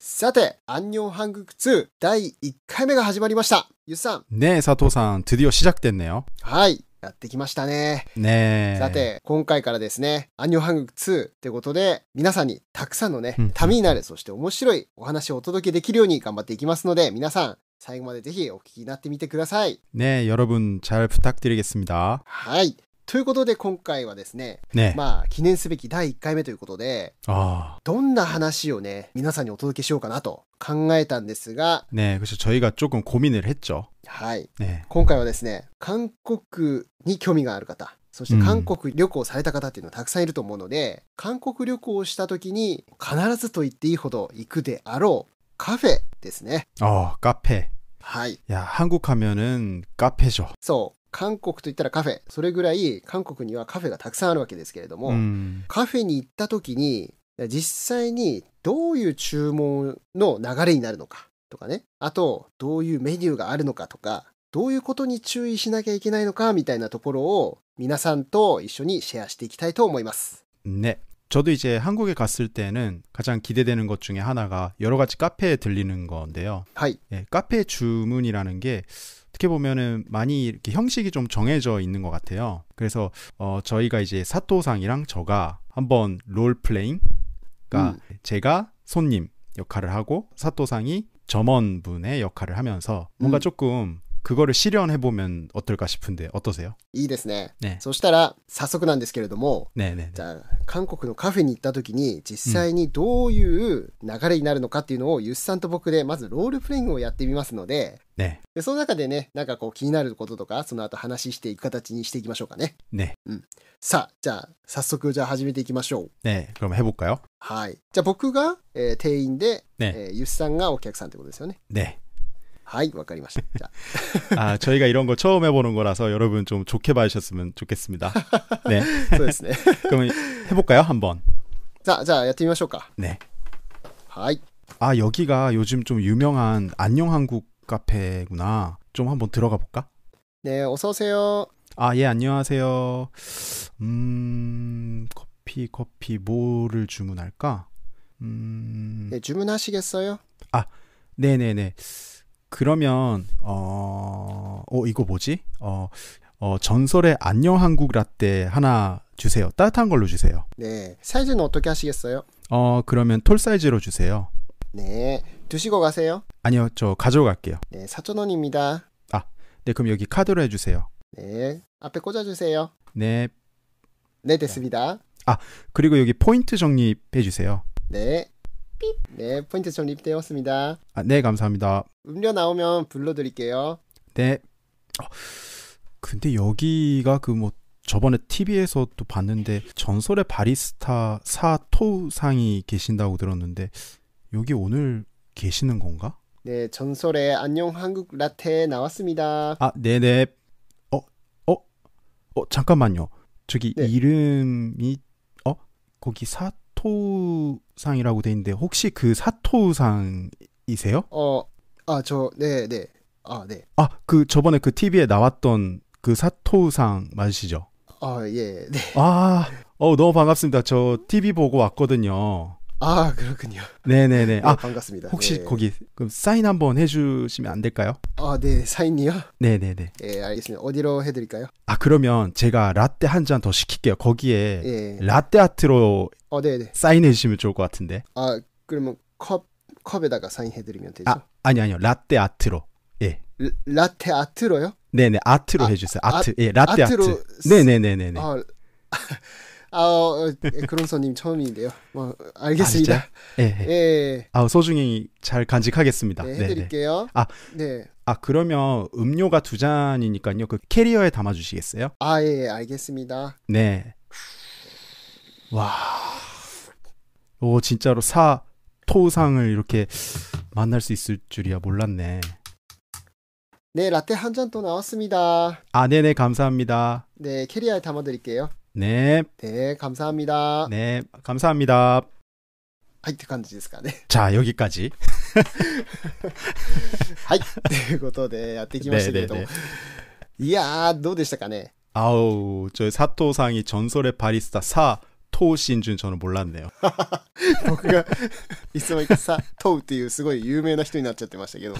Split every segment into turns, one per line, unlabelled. さて、安녕 한국2第1回目が始まりました。ゆっさん。
네, 사토 산 드디어 시작됐네요.
はい。やってきましたね。
네.
さて、今回からですね、アンニョンハングク2ってことで、皆さんにたくさんのね
うん、
ためになる、そして面白いお話をお届けできるように頑張っていきますので、皆さん、最後までぜひお聞きになってみてください。
네, 여러분 잘 부탁드리겠습니다.
はい。ということで、今回はですね、
네.
まあ、記念すべき第1回目ということで、
아.
どんな話をね、皆さんにお届けしようかなと考えたんですが、
네, 그래서 저희가 조금 고민을 했죠.
はい。
네.
今回はですね、韓国に興味がある方、そして
うん
韓国旅行された方っていうのはたくさんいると思うので、韓国旅行をした時に必ずと言っていいほど行くであろうカフェですね。
어, 카페.
はい。
야, 한국 하면은 카페죠.
そう。韓国といったらカフェ。それぐらい韓国にはカフェがたくさんあるわけですけれども、
음.
カフェに行った時に、実際にどういう注文の流れになるのかとかね。あと、どういうメニューがあるのかとか、どういうことに注意しなきゃいけないのかみたいなところを皆さんと一緒にシェアしていきたいと思います。
네. 저도 이제 한국에 갔을 때는 가장 기대되는 것 중에 하나가 여러 가지 카페에 들리는 건데요.
はい。
예, 카페 주문이라는 게 어떻게 보면은 많이 이렇게 형식이 좀 정해져 있는 것 같아요. 그래서 어, 저희가 이제 사토상이랑 저가 한번 롤플레잉, 그러니까 제가 손님 역할을 하고 사토상이 점원분의 역할을 하면서 뭔가
음.
조금 그거를 실현해 보면 어떨까 싶은데 어떠세요?
いいですね。
네,
そしたら、早速なんですけれども、
네, 네,
じゃあ、韓国のカフェに行った時に、実際にどういう流れになるのかっていうのを、ゆっさんと僕で、まずロールプレイングをやってみますので、
네,
で、その中でね、なんかこう気になることとか、その後話していく形にしていきましょうかね。
네,
さあ、じゃあ、早速、じゃあ始めていきましょう。
네. 그럼 해볼까요?
はい。じゃあ僕が、えー店員で、
ね
えーゆっさんがお客さんってことですよね。
네.
はい、わかりました。じゃあ、
아, 저희가 이런 거 처음 해보는 거라서 여러분 좀 좋게 봐주셨으면 좋겠습니다. 네.
そうですね。
그럼 해볼까요? 한번.
さあ、じゃあやってみましょうか。
네.
はい。
아 여기가 요즘 좀 유명한 안녕 한국 카페구나. 좀 한번 들어가 볼까?
ねえ、おそうせよ。
아 예 안녕하세요. 음 커피 커피 뭐를 주문할까? 음
ね、ジュムナシゲソよ。
네네네. 그러면 어, 어 이거 뭐지? 어, 어 전설의 안녕 한국 라떼 하나 주세요. 따뜻한 걸로 주세요.
ねえ、サイズのおときゃしげそよ。
어 그러면 톨 사이즈로 주세요.
ねえ、ドゥシゴガセよ。
아니요 저 가져갈게요.
ねえ、サチョノニミだ。
네 그럼 여기 카드로 해주세요.
ねえ、アペコジャジュセよ。
네
ねえ、デスビだ。
그리고 여기 포인트 적립해 주세요.
ねえ、ねえ、ポイントチョンリプテオスミだ。
아, 네, 감사합니다.
음료 나오면 불러드릴게요.
네. 어, 근데 여기가 그 뭐 저번에 TV에서 또 봤는데 전설의 바리스타 사토상이 계신다고 들었는데 여기 오늘 계시는 건가?
네, 전설의 안녕 한국 라테 나왔습니다.
아, 네, 네. 어, 어, 어, 잠깐만요. 저기
네.
이름이 어 거기 사토상이라고 돼 있는데 혹시 그 사토상이세요?
어, 아, 저, 네, 네. 아, 네.
아, 그 저번에 그 TV에 나왔던 그 사토상 맞으시죠?
아, 예, 네.
아, 어, 너무 반갑습니다. 저 TV 보고 왔거든요.
아, 그렇군요.
네네네.
아,
아,
반갑습니다.
혹시
네.
거기 그럼 사인 한번 해주시면 안 될까요?
아, 네, 사인이요?
네네네.
예, 알겠습니다. 어디로 해드릴까요?
아, 그러면 제가 라떼 한 잔 더 시킬게요. 거기에
예.
라떼 아트로
어, 네, 네.
사인해 주시면 좋을 것 같은데.
아, 그러면 컵, 컵에다가 사인해드리면 되죠?
아, 아니, 아니요. 라떼 아트로. 예.
라- 라테 아트로요?
네네. 아트로
아,
해주세요.
아,
아트. 예, 라떼 아트.
아트로 쓰-
네네네네네.
아, 아, 어, 예, 그런 손님 처음인데요.
아,
뭐, 알겠습니다.
진짜요? 예, 예.
예, 예.
아, 소중히 잘 간직하겠습니다.
네,
네네.
해드릴게요.
아.
네.
아, 그러면 음료가 두 잔이니까요. 그 캐리어에 담아 주시겠어요?
아, 예, 알겠습니다.
네. 와. 오, 진짜로 사, 토상을 이렇게 만날 수 있을 줄이야 몰랐네.
네, 라떼 한 잔 또 나왔습니다.
아, 네네, 감사합니다.
네, 캐리어에 담아드릴게요.
네,
네, 감사합니다.
네, 감사합니다.
하이って感じですかね。
자, 여기까지.
はい。ということで、やってき
네,
ましたけれども。
ね
いやー、どうでしたかね。
아우, 저 사토상이 전설의 바리스타 사, 토우 씨인 줄 저는 몰랐네요.
僕 がいつの間にかさ、トウっていうすごい有名な人になっちゃってましたけど。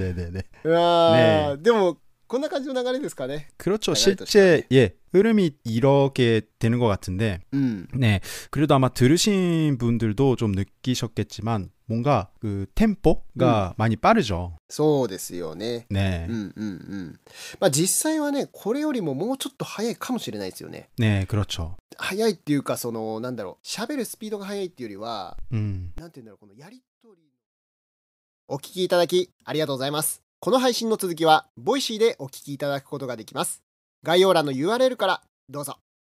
네네네.
うわーでも、こんな感じの流れですかね。
그렇죠.
나가리도
실제 예 흐름이 이렇게 되는 것 같은데
うん。
네 그래도 아마 들으신 분들도 좀 느끼셨겠지만 뭔가 그 템포가 많이 빠르죠.
そうですよね。
네
うんうんうん。まあ実際はね、これよりももうちょっと早いかもしれないですよね。
네 그렇죠.
早いっていうか、その、なんだろう、喋るスピードが速いっていうよりは、
음.
なんて言うんだろう、このやりとり。お聞きいただき、ありがとうございます。この配信の続きは、ボイシーでお聞きいただくことができます。概要欄の URL から、どうぞ。